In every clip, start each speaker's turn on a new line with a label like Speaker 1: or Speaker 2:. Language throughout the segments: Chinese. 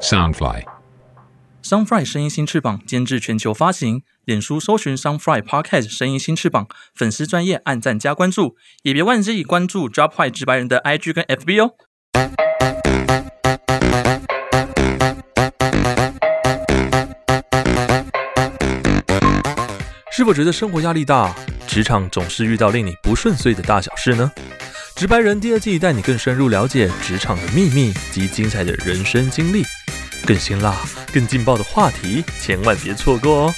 Speaker 1: Soundfly。
Speaker 2: Sunfly 声音新翅膀监制全球发行，脸书搜寻 Sunfly Podcast 声音新翅膀，粉丝专业按赞加关注，也别忘记关注 Drop High 直白人的 IG 跟 FB 哦。
Speaker 3: 是否觉得生活压力大，职场总是遇到令你不顺遂的大小事呢？直白人第二季带你更深入了解职场的秘密及精彩的人生经历，更辛辣、更劲爆的话题，千万别错过哦！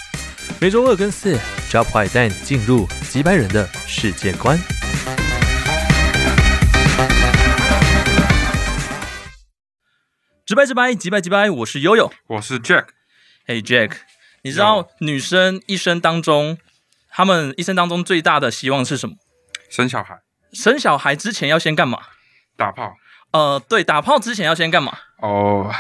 Speaker 3: 每周二跟四，Job High 带你进入直白人的世界观。
Speaker 2: 直白直白，直白直白，我是悠悠。
Speaker 4: 我是 Jack，
Speaker 2: Hey Jack，你知道女生一生当中，她们一生当中最大的希望是什么？
Speaker 4: 生小孩
Speaker 2: 生小孩之前要先干嘛？
Speaker 4: 打炮
Speaker 2: 呃，对，打炮之前要先干嘛？
Speaker 4: 哦，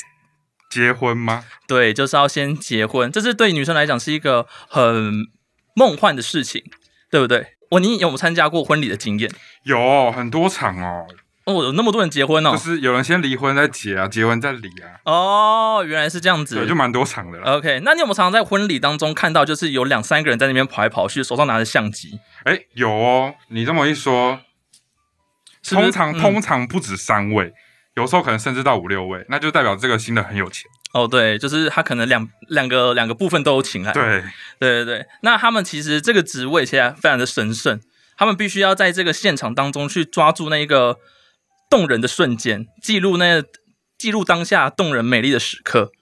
Speaker 4: 结婚吗？
Speaker 2: 对，就是要先结婚，这是对女生来讲是一个很梦幻的事情，对不对？我你有参加过婚礼的经验？
Speaker 4: 有很多场哦，
Speaker 2: 哦，有那么多人结婚哦
Speaker 4: 就，是有人先离婚再结啊，结婚再离啊，
Speaker 2: 哦，原来是这样子
Speaker 4: 对，。就蛮多场的啦。
Speaker 2: OK，那你有没有常常在婚礼当中看到，就是有两三个人在那边跑来跑去，手上拿着相机，
Speaker 4: 哎、有哦，你这么一说，
Speaker 2: 是不是
Speaker 4: 通常、
Speaker 2: 嗯
Speaker 4: 通常不止三位，有时候可能甚至到五六位，那就代表这个新的很有钱。
Speaker 2: 哦，对，就是他可能两两个两个部分都有请来，
Speaker 4: 对，
Speaker 2: 对对对，那他们其实这个职位现在非常的神圣，他们必须要在这个现场当中去抓住那一个动人的瞬间，记录那记录当下动人美丽的时刻。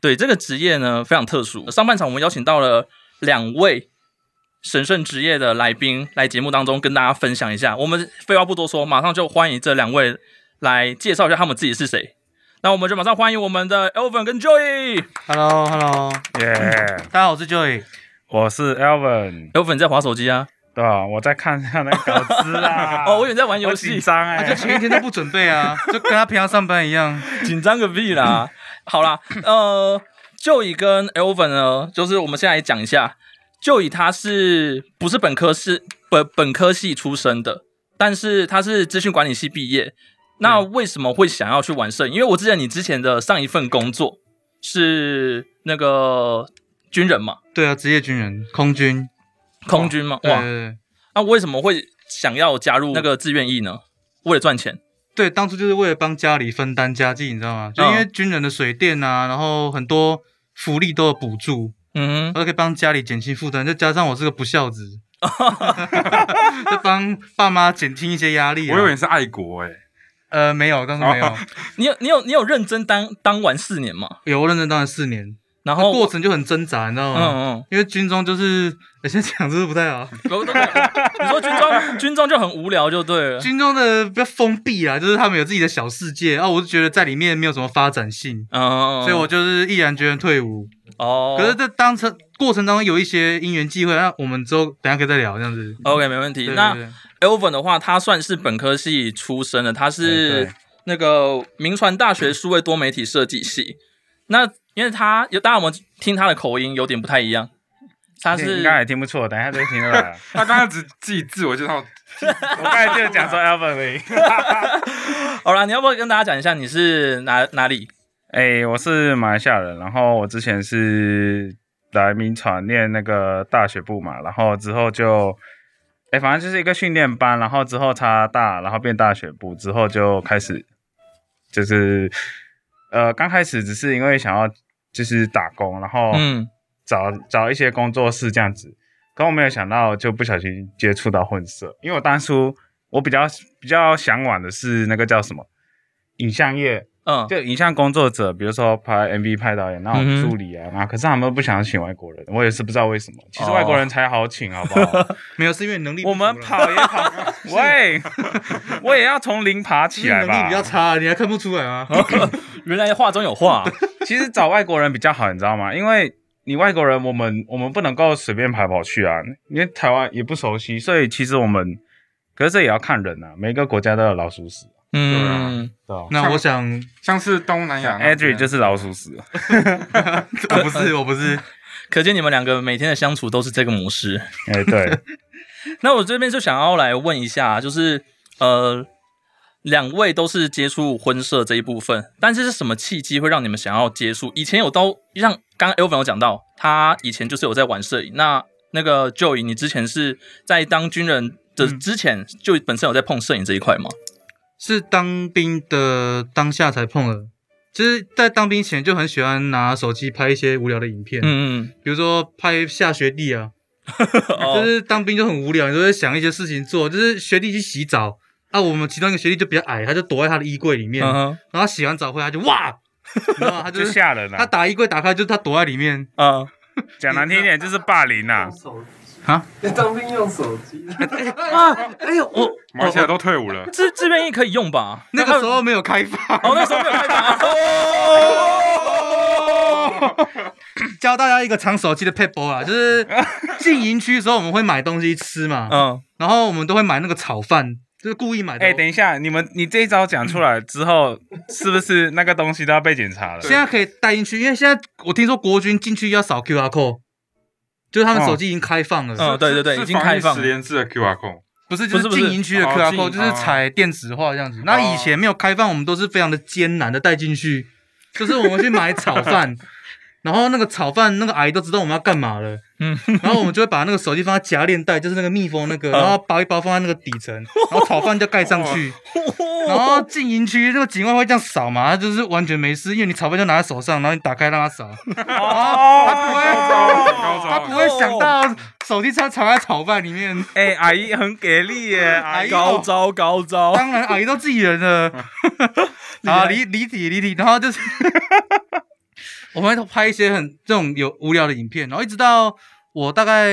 Speaker 2: 对这个职业呢非常特殊。上半场我们邀请到了两位神圣职业的来宾来节目当中跟大家分享一下。我们废话不多说，马上就欢迎这两位来介绍一下他们自己是谁。那我们就马上欢迎我们的 Elvin 跟 Joey。
Speaker 5: Hello，Hello，
Speaker 6: 耶、
Speaker 5: 大家好，我是 Joey。
Speaker 6: 我是 Elvin，
Speaker 2: Elvin 在划手机啊？
Speaker 6: 对吧、我在看一下那个稿子啦。
Speaker 2: 哦，我以为你在玩游
Speaker 6: 我
Speaker 2: 戏
Speaker 6: 紧。张哎、
Speaker 5: 啊，就前一天都不准备啊， 就跟他平常上班一样。
Speaker 2: 紧张个屁啦！好啦，呃，就以跟 Elvin 呢，就是我们先来讲一下，就以他是不是本科是本本科系出身的，但是他是资讯管理系毕业，那
Speaker 5: 嗯
Speaker 2: 为什么会想要去玩摄影？因为我记得你之前的上一份工作是那个军人嘛，
Speaker 5: 对啊，职业军人，空军。
Speaker 2: 空军嘛，
Speaker 5: 对对
Speaker 2: 哇，
Speaker 5: 对
Speaker 2: 那为什么会想要加入那个志愿役呢？为了赚钱，
Speaker 5: 对，当初就是为了帮家里分担家计，你知道吗？就因为军人的水电啊，然后很多福利都有补助，
Speaker 2: 嗯哼，
Speaker 5: 都可以帮家里减轻负担。再加上我是个不孝 子，就帮爸妈减轻一些压力、啊。
Speaker 4: 我以为你是爱国哎、
Speaker 5: 呃没有，当时没有，
Speaker 2: 你有你有你有认真当当完四年嘛？
Speaker 5: 有我认真当了四年，
Speaker 2: 然
Speaker 5: 那
Speaker 2: 后
Speaker 5: 过程就啊很挣扎，你知道
Speaker 2: 嗯
Speaker 5: 吗？
Speaker 2: 嗯。
Speaker 5: 因为军中就是，我先讲这是不太好。
Speaker 2: 不不不，你说军装军装就很无聊就对 了。
Speaker 5: 军中的比较封闭啦，就是他们有自己的小世界啊，我就觉得在里面没有什么发展性，
Speaker 6: 哦
Speaker 2: 嗯，
Speaker 5: 所以我就是毅然决然退伍。
Speaker 2: 哦，
Speaker 5: 可是这当成过程当中有一些因缘际会，那我们之后等一下可以再聊这样子。
Speaker 2: OK 没问题。
Speaker 5: 对
Speaker 2: 那
Speaker 5: 对
Speaker 2: Elvin 的话，他算是本科系出身的，他
Speaker 6: 哎
Speaker 2: 是
Speaker 6: 对
Speaker 2: 那个名传大学数位多媒体设计系。那因为他有大家有没有听他的口音有点不太一样？他
Speaker 6: 应
Speaker 2: 是
Speaker 6: 该也听不出，等一下就听得 到了。
Speaker 4: 他刚刚只自己自我介绍，
Speaker 6: 我刚才就讲说 Elvin 而已。
Speaker 2: 好啦，你要不要跟大家讲一下你是哪哪里？
Speaker 6: 哎、我是马来西亚人，然后我之前是来民传念那个大学部嘛，然后之后就，哎、反正就是一个训练班，然后之后插大，然后变大学部，之后就开始，就是，呃，刚开始只是因为想要就是打工，然后
Speaker 2: 嗯，
Speaker 6: 找找一些工作室这样子，可我没有想到就不小心接触到混色，因为我当初我比较比较向往的是那个叫什么影像业。
Speaker 2: 嗯，
Speaker 6: 就影像工作者，比如说拍 MV、拍导演那
Speaker 2: 嗯
Speaker 6: 种
Speaker 2: 哼
Speaker 6: 助理啊，那、可是他们不想请外国人，我也是不知道为什么。其实
Speaker 2: 哦
Speaker 6: 外国人才好请，好不好？
Speaker 5: 没有是因为能力不
Speaker 6: 我
Speaker 5: 足啦，
Speaker 6: 们跑也跑，喂， 我也要从零爬
Speaker 5: 就
Speaker 6: 起
Speaker 5: 是
Speaker 6: 来
Speaker 5: 能力
Speaker 6: 吧哦
Speaker 5: 比。较差，你还看不出来吗？
Speaker 2: 原来话中有话，
Speaker 6: 其实找外国人比较好，你知道吗？因为你外国人，我们我们不能够随便跑来跑去啊，因为台湾也不熟悉，所以其实我们，可是这也要看人啊，每个国家都有老鼠屎，
Speaker 5: 啊
Speaker 2: 嗯，
Speaker 6: 对吧？
Speaker 5: 那我想，
Speaker 4: 像是东南亚
Speaker 6: 像
Speaker 4: 那
Speaker 6: Adri
Speaker 4: 边
Speaker 6: 就是老鼠屎，
Speaker 5: 我哦不 是，我不是，
Speaker 2: 可见你们两个每天的相处都是这个模式。
Speaker 6: 哎，对，
Speaker 2: 啊那我这边就想要来问一下，就是呃，两位都是接触婚社这一部分，但是是什么契机会让你们想要接触？以前有到像刚刚 Elvin 有讲到，他以前就是有在玩摄影。那那个 Joey，你之前是在当军人的
Speaker 5: 嗯
Speaker 2: 之前、就本身有在碰摄影这一块吗？
Speaker 5: 是当兵的当下才碰的。就是在当兵前就很喜欢拿手机拍一些无聊的影片，
Speaker 2: 嗯
Speaker 5: 比如说拍下学弟啊，
Speaker 2: 嗯，
Speaker 5: 就
Speaker 2: 哦，
Speaker 5: 是当兵就很无聊，你就会想一些事情做。就是学弟去洗澡啊，我们其中一个学弟就比较矮，他就躲在他的衣柜里面，
Speaker 2: 嗯
Speaker 5: 然
Speaker 2: 哼
Speaker 5: 后他洗完澡回来就哇，然后他 就
Speaker 6: 就是吓人
Speaker 5: 他
Speaker 6: 啊！
Speaker 5: 打衣柜打开，就是他躲在里面。
Speaker 2: 啊，
Speaker 6: 讲难听一点就是霸凌啊
Speaker 1: 用！手机
Speaker 5: 啊？
Speaker 1: 你当兵用手机？
Speaker 5: 哎呦，我
Speaker 4: 而且都退伍了，
Speaker 2: 这这边也可以用吧？
Speaker 5: 那个时候没有开放，
Speaker 2: 哦，那时候没有开打。
Speaker 5: 教大家一个藏手机的 p e b l e 啊，就是进营区的时候我们会买东西吃嘛，
Speaker 2: 嗯，
Speaker 5: 然后我们都会买那个炒饭，就是故意买的。
Speaker 6: 哎、等一下，你们你这一招讲出来之 后，是不是那个东西都要被检查了？
Speaker 5: 现在可以带进去，因为现在我听说国军进去要扫 QR code，就是他们手机已经开放了，
Speaker 2: 嗯对对对
Speaker 4: 是
Speaker 2: 已经开放了
Speaker 4: 是防疫十连制的 QR code，
Speaker 5: 不是
Speaker 2: 不
Speaker 5: 就是是
Speaker 2: 不是
Speaker 5: 进营区的
Speaker 4: 哦
Speaker 5: QR
Speaker 4: 进
Speaker 5: code，就是采电子化这样子。那以前没有开放，我们都是非常的艰难的带进去，就是我们去买炒饭。然后那个炒饭，那个阿姨都知道我们要干嘛了，
Speaker 2: 嗯
Speaker 5: 嗯，然后我们就会把那个手机放在夹链袋，就是那个密封那个，然后包一包放在那个底层，然后炒饭就盖上去， 然后进营区那个警卫会这样扫嘛，他就是完全没事，因为你炒饭就拿在手上，然后你打开让他扫，
Speaker 6: 哦，
Speaker 5: 他不会
Speaker 4: 高招
Speaker 5: 他不会想到手机插藏在炒饭里面，
Speaker 6: 哎、阿姨很给力耶，阿姨。
Speaker 5: 高
Speaker 2: 招高
Speaker 4: 哦
Speaker 2: 招
Speaker 5: 当然阿姨都自己人 了。啊，离离体离体，然后就是 我们会拍一些很这种有无聊的影片，然后一直到我大概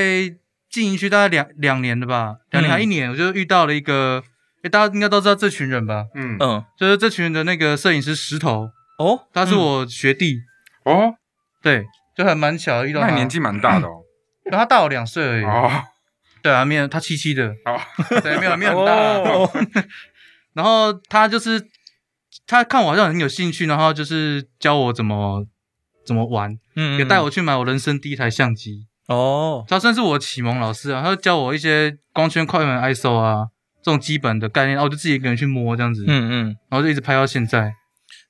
Speaker 5: 进营区大概两两年了吧，两
Speaker 4: 嗯
Speaker 5: 年还一年，我就遇到了一个，诶大家应该都知道这群人吧，
Speaker 4: 嗯，
Speaker 2: 嗯，
Speaker 5: 就是这群人的那个摄影师石头，
Speaker 2: 哦，
Speaker 5: 他是我学弟，
Speaker 4: 哦，
Speaker 5: 对，就还蛮小的遇到
Speaker 4: 那
Speaker 5: 他，
Speaker 4: 你年纪蛮大的哦，
Speaker 5: 然后他大我两岁而已，
Speaker 4: 哦，
Speaker 5: 对啊，没有他七七的，
Speaker 4: 哦
Speaker 5: 对，没有没有很大啊、
Speaker 6: 哦
Speaker 5: 然后他就是他看我好像很有兴趣，然后就是教我怎么怎么玩，
Speaker 2: 嗯，
Speaker 5: 也带我去买我人生第一台相机。
Speaker 2: 哦，
Speaker 5: 他算是我启蒙老师啊，他就教我一些光圈、快门、ISO 啊这种基本的概念，然后我就自己一个人去摸这样子，
Speaker 2: 嗯嗯，
Speaker 5: 然后就一直拍到现在。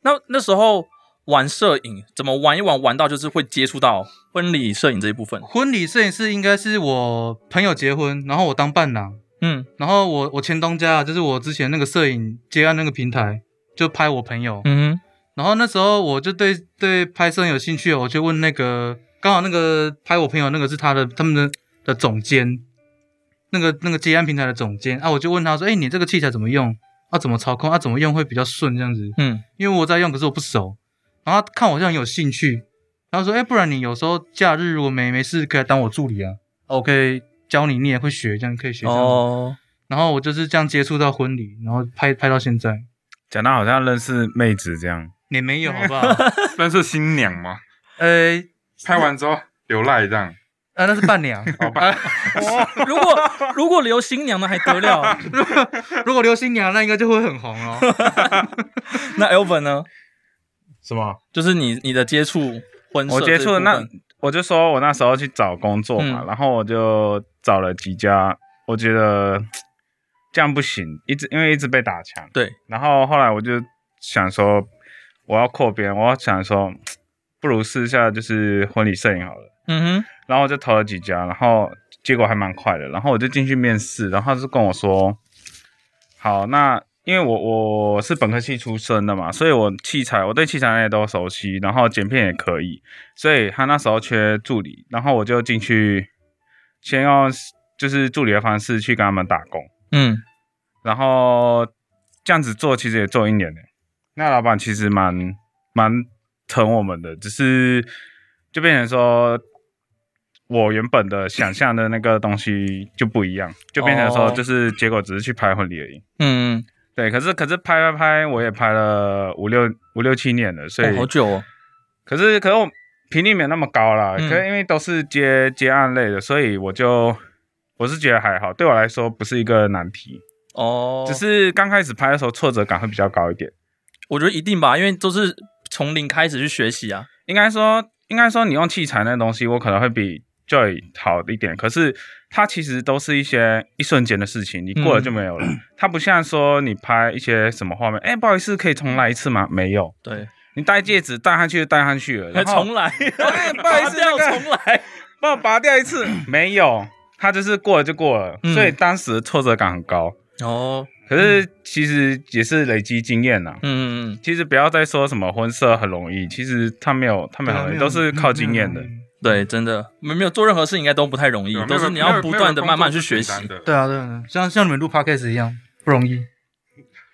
Speaker 2: 那那时候玩摄影怎么玩一玩，玩到就是会接触到婚礼摄影这一部分。
Speaker 5: 婚礼摄影师应该是我朋友结婚，然后我当伴郎，
Speaker 2: 嗯
Speaker 5: 然后我我前东家啊，就是我之前那个摄影接案那个平台，就拍我朋友，
Speaker 2: 嗯
Speaker 5: 然后那时候我就对对拍摄很有兴趣哦，我就问那个刚好那个拍我朋友那个是他的他们的的总监，那个那个接案平台的总监啊，我就问他说：“哎、你这个器材怎么用？啊，怎么操控？啊，怎么用会比较顺这样子？
Speaker 2: 嗯
Speaker 5: 因为我在用，可是我不熟。”然后他看我好像很有兴趣，然后说：“哎、不然你有时候假日如果没没事，可以来当我助理啊，啊我可以教你，你也会学，这样可以学
Speaker 2: 嗯，
Speaker 5: 这样子。
Speaker 2: 哦，
Speaker 5: 然后我就是这样接触到婚礼，然后拍拍到现在，
Speaker 6: 讲到好像认识妹子这样，
Speaker 5: 也没有好不好？
Speaker 4: 认识新娘吗？
Speaker 5: 呃。
Speaker 4: 拍完之后留赖这样，
Speaker 5: 啊，那是伴 娘。
Speaker 6: 哦
Speaker 4: 好吧，
Speaker 2: 如果如果留新娘呢还得了？
Speaker 5: 如果刘新娘，那应该就会很红哦。
Speaker 2: 那 Elvin 呢？
Speaker 6: 什么？
Speaker 2: 就是你你的接触婚摄
Speaker 6: 我
Speaker 2: 这一
Speaker 6: 接
Speaker 2: 部分，
Speaker 6: 触的那，我就说我那时候去找工作嘛，
Speaker 2: 嗯
Speaker 6: 然后我就找了几家，我觉得这样不行，一直因为一直被打枪。
Speaker 2: 对，
Speaker 6: 然后后来我就想说，我要扩编，我要想说，不如试一下就是婚礼摄影好了。
Speaker 2: 嗯哼，
Speaker 6: 然后我就投了几家，然后结果还蛮快的。然后我就进去面试，然后他就跟我说，好，那因为我我是本科系出身的嘛，所以我器材我对器材那些都熟悉，然后剪片也可以，所以他那时候缺助理，然后我就进去，先用就是助理的方式去跟他们打工，
Speaker 2: 嗯
Speaker 6: 然后这样子做其实也做一年了。那老板其实蛮蛮疼我们的，只是就变成说，我原本的想象的那个东西就不一样，就变成说
Speaker 2: 哦
Speaker 6: 就是结果只是去拍婚礼而已。
Speaker 2: 嗯，
Speaker 6: 对，可是可是拍拍拍，我也拍了五六五六七年了，所
Speaker 2: 哦
Speaker 6: 以、
Speaker 2: 好久哦，
Speaker 6: 可是可是我频率没有那么高啦，
Speaker 2: 嗯
Speaker 6: 可是因为都是接接案类的，所以我就我是觉得还好，对我来说不是一个难题。
Speaker 2: 哦，
Speaker 6: 只是刚开始拍的时候挫折感会比较高一点。
Speaker 2: 我觉得一定吧，因为都是从零开始去学习啊。
Speaker 6: 应该说，应该说你用器材那东西，我可能会比 Joy 好一点，可是它其实都是一些一瞬间的事情，你过了就没有
Speaker 2: 嗯
Speaker 6: 了。它不像说你拍一些什么画面，哎、不好意思，可以重来一次吗？没有，
Speaker 2: 对，
Speaker 6: 你戴戒指戴上去就戴上去了，然后
Speaker 2: 重来，
Speaker 6: 哎不好意思
Speaker 2: 要
Speaker 6: 那个
Speaker 2: 重来，
Speaker 6: 帮我拔掉 一次，没有，它就是过了就过了，
Speaker 2: 嗯
Speaker 6: 所以当时的挫折感很高。
Speaker 2: 哦，
Speaker 6: 可是其实也是累积经验呐、啊
Speaker 2: 嗯嗯，嗯
Speaker 6: 其实不要再说什么婚色很容易，其实他 没有，他们
Speaker 5: 对啊
Speaker 6: 很容
Speaker 5: 没有嗯
Speaker 6: 易，都是靠经验的
Speaker 5: 没有。没有
Speaker 2: 对，真的没没有做任何事应该都不太容易
Speaker 4: 对啊，
Speaker 2: 都是你要不断的慢慢去学习，
Speaker 4: 没有没有工作是简单的
Speaker 5: 对啊，对啊，对啊像像你们录 podcast 一样不容易，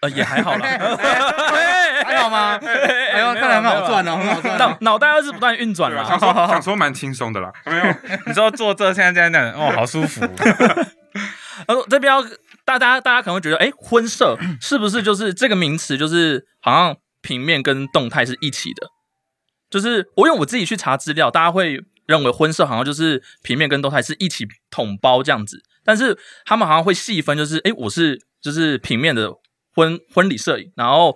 Speaker 2: 呃，也还好啦。
Speaker 5: 还好吗？哎呦，看来很好赚哦，很好赚
Speaker 2: 脑
Speaker 5: 哦。
Speaker 2: 脑袋要是不断运转
Speaker 4: 对啊，
Speaker 2: 啦
Speaker 4: 想。说想说蛮轻松 的啦，哎没有，
Speaker 5: 嗯
Speaker 6: 你知道坐这现在这样讲，哦，好 舒服。
Speaker 5: 啊
Speaker 2: 然后这边要大家大家可能会觉得，哎，婚 摄是不是就是这个名词，就是好像平面跟动态是一起的？就是我用我自己去查资料，大家会认为婚摄好像就是平面跟动态是一起统包这样子，但是他们好像会细分，就是哎，我是就是平面的婚婚礼摄影，然后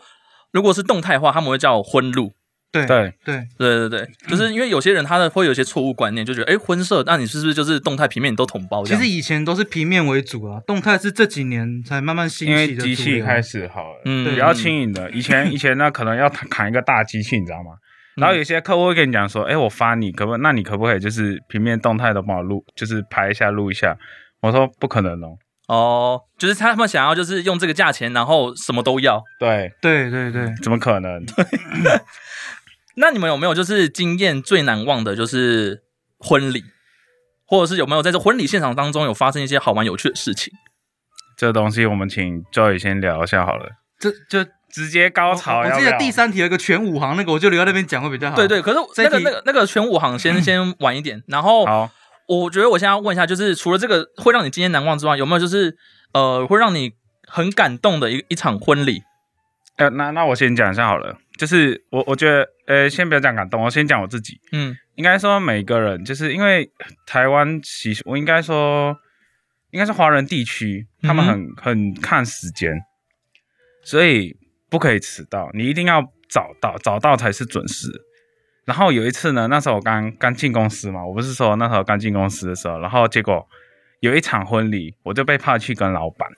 Speaker 2: 如果是动态的话，他们会叫婚录。
Speaker 5: 对
Speaker 6: 对，
Speaker 5: 对，
Speaker 2: 对对对，就是因为有些人他的会有一些错误观念，就觉得哎，婚摄，那你是不是就是动态平面你都统包这
Speaker 5: 其
Speaker 2: 样？
Speaker 5: 实以前都是平面为主啊，动态是这几年才慢慢兴
Speaker 6: 因为
Speaker 5: 起的主流。
Speaker 6: 机器开始好了，
Speaker 2: 嗯
Speaker 6: 比较轻盈的。以前以前那可能要砍一个大机器，你知道吗？
Speaker 5: 嗯
Speaker 6: 然后有些客户会跟你讲说，哎，我发你可不，那你可不可以就是平面动态的帮我录，就是拍一下录一下？我说不可能哦。
Speaker 2: 哦，就是他们想要就是用这个价钱，然后什么都要。
Speaker 6: 对，
Speaker 5: 对对对，
Speaker 6: 怎么 可能？
Speaker 2: 那你们有没有就是经验最难忘的就是婚礼，或者是有没有在这婚礼现场当中有发生一些好玩有趣的事情？
Speaker 6: 这东西我们请 Joy 先聊一下好了，
Speaker 5: 这就
Speaker 6: 直接高潮
Speaker 5: 我
Speaker 6: 要不
Speaker 5: 记
Speaker 6: 要。
Speaker 5: 得第三题有一个全五行那个，我就留在那边讲会比较好。
Speaker 2: 对对，，可是
Speaker 5: 这一
Speaker 2: 那个
Speaker 5: 题
Speaker 2: 那个那个全武行先先晚一点，然后
Speaker 6: 好，
Speaker 2: 我觉得我现在要问一下，就是除了这个会让你今天难忘之外，有没有就是呃会让你很感动的一一场婚礼？
Speaker 6: 呃，那那我先讲一下好了，就是我我觉得，呃，先不要讲感动，我先讲我自己。
Speaker 2: 嗯
Speaker 6: 应该说每个人，就是因为台湾习俗，我应该说应该是华人地区，他们很、很看时间，所以不可以迟到，你一定要早到，早到才是准时。然后有一次呢，那时候我刚刚进公司嘛，我不是说那时候刚进公司的时候，然后结果有一场婚礼，我就被派去跟老板，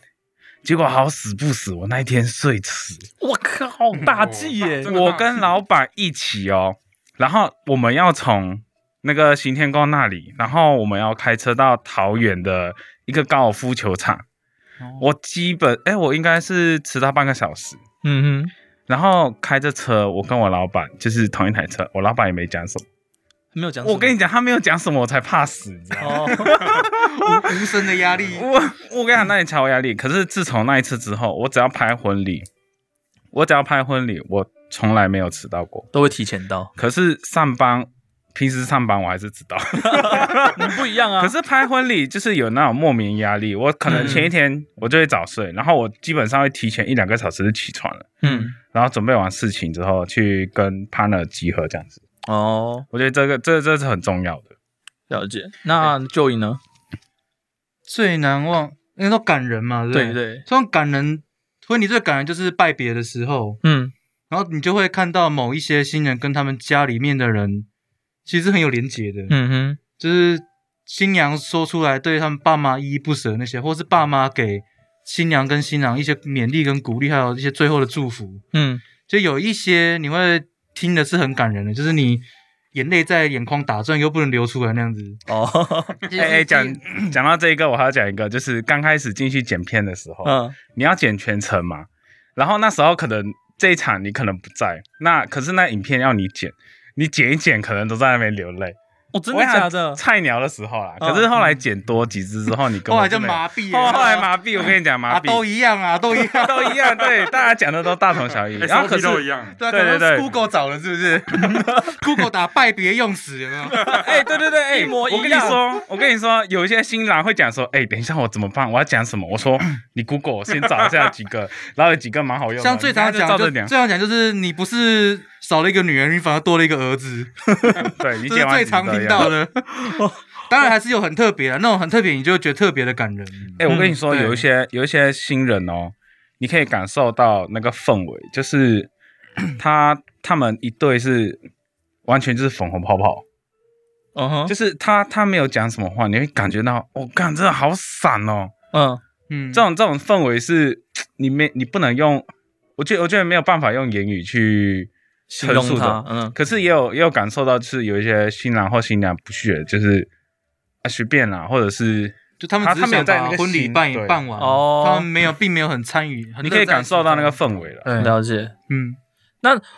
Speaker 6: 结果好死不死，我那一天睡迟，
Speaker 2: 我靠，大忌耶！
Speaker 4: 真的
Speaker 6: 我
Speaker 4: 大
Speaker 6: 跟
Speaker 4: 忌
Speaker 6: 老板一起哦，然后我们要从那个行天宫那里，然后我们要开车到桃园的一个高尔夫球场。
Speaker 2: 哦
Speaker 6: 我基本哎，我应该是迟到半个小时，
Speaker 2: 嗯哼，
Speaker 6: 然后开着车，我跟我老板就是同一台车，我老板也没讲什么。
Speaker 2: 没有讲什么。
Speaker 6: 我跟你讲，他没有讲什么，我才怕死，你知道吗？
Speaker 2: 哦，
Speaker 5: 无声的压 力。
Speaker 6: 我我跟你讲，那里超有压力。可是自从那一次之后，我只要拍婚礼，我只要拍婚礼，我从来没有迟到过。
Speaker 2: 都会提前到，
Speaker 6: 可是上班，平时上班我还是知道。
Speaker 2: 你不一样啊。
Speaker 6: 可是拍婚礼就是有那种莫名压力，我可能前一天我就会早睡，然后我基本上会提前一两个小时就起床了，
Speaker 2: 嗯，
Speaker 6: 然后准备完事情之后去跟 partner 集合这样子。
Speaker 2: 哦，
Speaker 6: 我觉得这个这这是很重要的。
Speaker 2: 了解。那 Joy 呢？
Speaker 5: 最难忘，因为都感人嘛，对
Speaker 2: 对
Speaker 5: 不对？
Speaker 2: 对，
Speaker 5: 这种感人，婚礼最感人就是拜别的时候，
Speaker 2: 嗯，
Speaker 5: 然后你就会看到某一些新人跟他们家里面的人其实很有连结的，
Speaker 2: 嗯哼，
Speaker 5: 就是新娘说出来对他们爸妈依依不舍那些，或是爸妈给新娘跟新郎一些勉励跟鼓励，还有一些最后的祝福，
Speaker 2: 嗯，
Speaker 5: 就有一些你会听的是很感人的，就是你眼泪在眼眶打转又不能流出来那样子。
Speaker 2: 哦，
Speaker 6: 哎哎，讲 讲到这一个，我还要讲一个，就是刚开始进去剪片的时候，
Speaker 2: 嗯，
Speaker 6: 你要剪全程嘛，然后那时候可能这一场你可能不在，那可是那影片要你剪，你剪一剪可能都在那边流泪。
Speaker 2: 我哦真的假的
Speaker 6: 我想？菜鸟的时候啦，
Speaker 2: 嗯
Speaker 6: 可是后来剪多几支之后，你根
Speaker 5: 嗯后来
Speaker 6: 本
Speaker 5: 就
Speaker 6: 没有
Speaker 5: 麻痹
Speaker 6: 后
Speaker 5: 了，
Speaker 6: 后来麻痹，我跟你讲麻
Speaker 5: 啊，都
Speaker 6: 痹，
Speaker 5: 一样啊，都一样。
Speaker 6: 都一样，对，大家讲的都大同小异。
Speaker 5: 哎
Speaker 6: 然后可
Speaker 4: SOP 都一
Speaker 6: 是，
Speaker 4: 样，
Speaker 5: 对啊，
Speaker 6: 对对
Speaker 5: 可
Speaker 6: 对
Speaker 5: 能是 Google 找了是不 是 ？Google 打拜别用词有没有？
Speaker 6: 哎，对对对，哎，
Speaker 2: 一模一样
Speaker 6: 我跟你说，我跟你说，有一些新郎会讲说，哎，等一下我怎么办？我要讲什么？我 说你 Google 我先找一下几个，然后有几个蛮好用的，
Speaker 5: 像最常
Speaker 6: 你看
Speaker 5: 讲
Speaker 6: 就照
Speaker 5: 就
Speaker 6: 着
Speaker 5: 最
Speaker 6: 讲，
Speaker 5: 常讲就是你不是少了一个女人，你反而多了一个儿子，
Speaker 6: 对， 你
Speaker 5: 这
Speaker 6: 剪
Speaker 5: 是
Speaker 6: 完
Speaker 5: 最
Speaker 6: 几
Speaker 5: 常
Speaker 6: 个
Speaker 5: 听
Speaker 6: 这样
Speaker 5: 到的。当然还是有很特别的，那种很特别，你就会觉得特别的感人。
Speaker 6: 哎、我跟你说，
Speaker 5: 嗯对
Speaker 6: 有一些有一些新人哦，你可以感受到那个氛围，就是
Speaker 5: 哦
Speaker 6: 他他们一对是完全就是粉红泡泡，
Speaker 2: 嗯哼，
Speaker 6: 就是他他没有讲什么话，你会感觉到，哦，干，真的好散哦。
Speaker 2: 嗯
Speaker 5: 嗯，
Speaker 6: 这种这种氛围是你没你不能用，我觉得我觉得没有办法用言语去
Speaker 2: 形
Speaker 6: 陈
Speaker 2: 容
Speaker 6: 述
Speaker 2: 他
Speaker 6: 的。，
Speaker 2: 嗯
Speaker 6: 可是也有也有感受到，就是有一些新郎或新娘不屑，就是啊随便啦，或者是
Speaker 5: 就他们
Speaker 6: 他
Speaker 5: 只是
Speaker 6: 啊他没
Speaker 5: 想
Speaker 6: 有在
Speaker 5: 把
Speaker 6: 那个
Speaker 5: 婚礼
Speaker 6: 行
Speaker 5: 办一
Speaker 6: 对
Speaker 5: 办完，
Speaker 2: 哦
Speaker 5: 他们没有并没有很参与，很
Speaker 6: 你可以
Speaker 5: 乐在
Speaker 6: 感受到那个
Speaker 5: 其中
Speaker 6: 氛围了。
Speaker 5: 对，
Speaker 2: 了解。
Speaker 5: 嗯，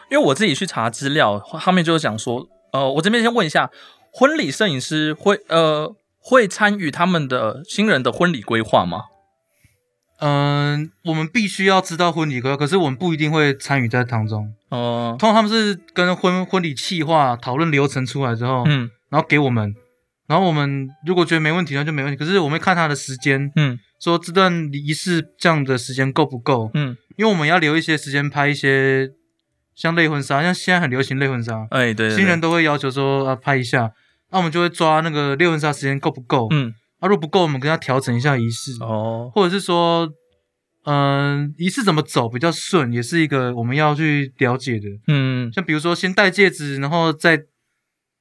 Speaker 2: 因为我自己去查资料，他们就讲说，呃，我这边先问一下，婚礼摄影师会呃会参与他们的新人的婚礼规划吗？
Speaker 5: 嗯，我们必须要知道婚礼规划，可是我们不一定会参与在当中。
Speaker 2: 哦、
Speaker 5: 通常他们是跟婚婚礼企划讨论流程出来之后，
Speaker 2: 嗯
Speaker 5: 然后给我们，然后我们如果觉得没问题，那就没问题。可是我们会看他的时间，
Speaker 2: 嗯
Speaker 5: 说这段仪式这样的时间够不够？
Speaker 2: 嗯，
Speaker 5: 因为我们要留一些时间拍一些像类婚纱，像现在很流行类婚纱，
Speaker 2: 哎、对对对
Speaker 5: 新人都会要求说啊拍一下，那我们就会抓那个类婚纱时间够不够？
Speaker 2: 嗯
Speaker 5: 啊，如果不够，我们跟他调整一下仪式。
Speaker 2: 哦
Speaker 5: 或者是说，嗯、仪式怎么走比较顺，也是一个我们要去了解的。
Speaker 2: 嗯
Speaker 5: 像比如说，先戴戒指，然后再，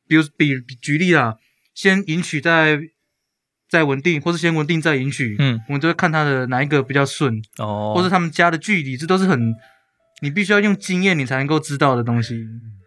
Speaker 5: 比如比比举例啦，先迎娶再再稳定，或是先稳定再迎娶，
Speaker 2: 嗯
Speaker 5: 我们就会看他的哪一个比较顺，
Speaker 2: 哦，
Speaker 5: 或是他们家的距离，这都是很你必须要用经验你才能够知道的东西。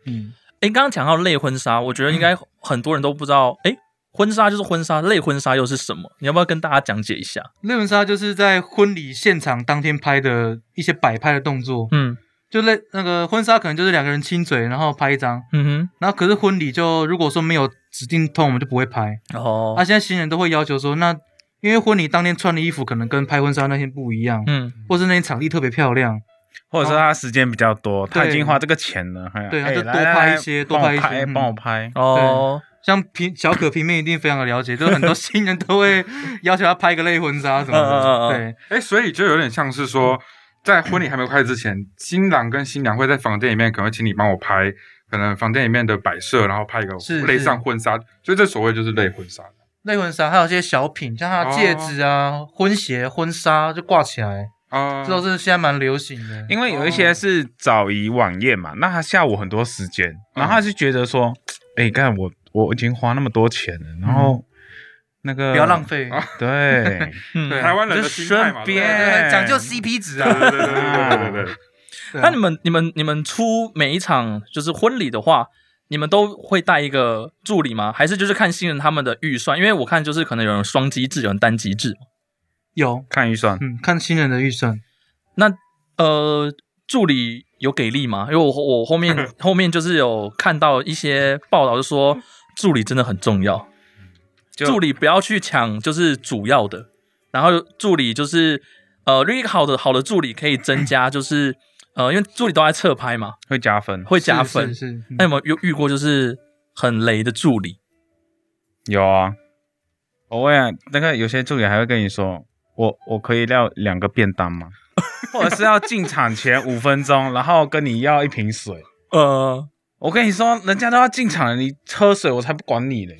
Speaker 5: 嗯，
Speaker 2: 哎，刚刚讲到类婚纱，我觉得应该很多人都不知道，哎、婚纱就是婚纱，类婚纱又是什么？你要不要跟大家讲解一下？
Speaker 5: 类婚纱就是在婚礼现场当天拍的一些摆拍的动作，
Speaker 2: 嗯
Speaker 5: 就类那个婚纱可能就是两个人亲嘴，然后拍一张，
Speaker 2: 嗯
Speaker 5: 然后可是婚礼就如果说没有指定通，我们就不会拍。
Speaker 2: 哼，哦，
Speaker 5: 啊，现在新人都会要求说，那因为婚礼当天穿的衣服可能跟拍婚纱那天不一样，
Speaker 2: 嗯
Speaker 5: 或是那天场地特别漂亮，
Speaker 6: 或者说他时间比较多，他已经花这个钱了，哎呀
Speaker 5: 哦对他
Speaker 6: 哎
Speaker 5: 就
Speaker 6: 来
Speaker 5: 多
Speaker 6: 来
Speaker 5: 拍一
Speaker 6: 来
Speaker 5: 些
Speaker 6: 帮
Speaker 5: 多拍
Speaker 6: 我
Speaker 5: 一些
Speaker 6: 拍
Speaker 5: 嗯
Speaker 6: 帮我拍。
Speaker 2: 哦，
Speaker 5: 像平小可平面一定非常的了解，就是很多新人都会要求他拍个类婚纱什么
Speaker 2: 嗯嗯嗯嗯
Speaker 5: 的，对，
Speaker 4: 哎，所以就有点像是说，在婚礼还没有开始之前，新郎跟新娘会在房间里面，可能会请你帮我拍，可能房间里面的摆设，然后拍一个
Speaker 5: 是
Speaker 4: 类
Speaker 5: 是
Speaker 4: 上婚纱，所以这所谓就是类婚纱。
Speaker 5: 类婚纱还有一些小品，像他的戒指啊、婚鞋、婚纱就挂起来，
Speaker 4: 啊，
Speaker 5: 这都是现在蛮流行的。
Speaker 6: 因为有一些是早移晚宴嘛，那他下午很多时间，
Speaker 5: 嗯
Speaker 6: 然后他就觉得说，哎、看我我已经花那么多钱了，然后那个
Speaker 5: 不要浪，费，
Speaker 6: 对，
Speaker 2: 嗯
Speaker 5: 对
Speaker 4: 台湾人
Speaker 6: 就
Speaker 4: 的心态嘛。
Speaker 6: 顺便
Speaker 4: 对不对
Speaker 5: 对 讲究 CP 值
Speaker 4: 对
Speaker 5: 啊。
Speaker 4: 对对对对对对，
Speaker 5: 对啊
Speaker 2: 那你们、你们、你们出每一场就是婚礼的话，你们都会带一个助理吗？还是就是看新人他们的预算？因为我看就是可能有人双机制，有人单机制。
Speaker 5: 有，
Speaker 6: 看预算，
Speaker 5: 嗯，看新人的预算。
Speaker 2: 那呃，助理有给力吗？因为我我后面后面就是有看到一些报道，就说助理真的很重要，
Speaker 6: 就
Speaker 2: 助理不要去抢就是主要的，然后助理就是呃，一个好的好的助理可以增加就是呃，因为助理都在侧拍嘛，
Speaker 6: 会加分，
Speaker 2: 会加分。
Speaker 5: 是是是嗯
Speaker 2: 那有没有遇遇过就是很雷的助理？
Speaker 6: 有啊，我问啊那个有些助理还会跟你说，我我可以要两个便 当吗？或者是要进场前五分钟，然后跟你要一瓶水。
Speaker 2: 呃，
Speaker 6: 我跟你说，人家都要进场了，你喝水我才不管 你嘞。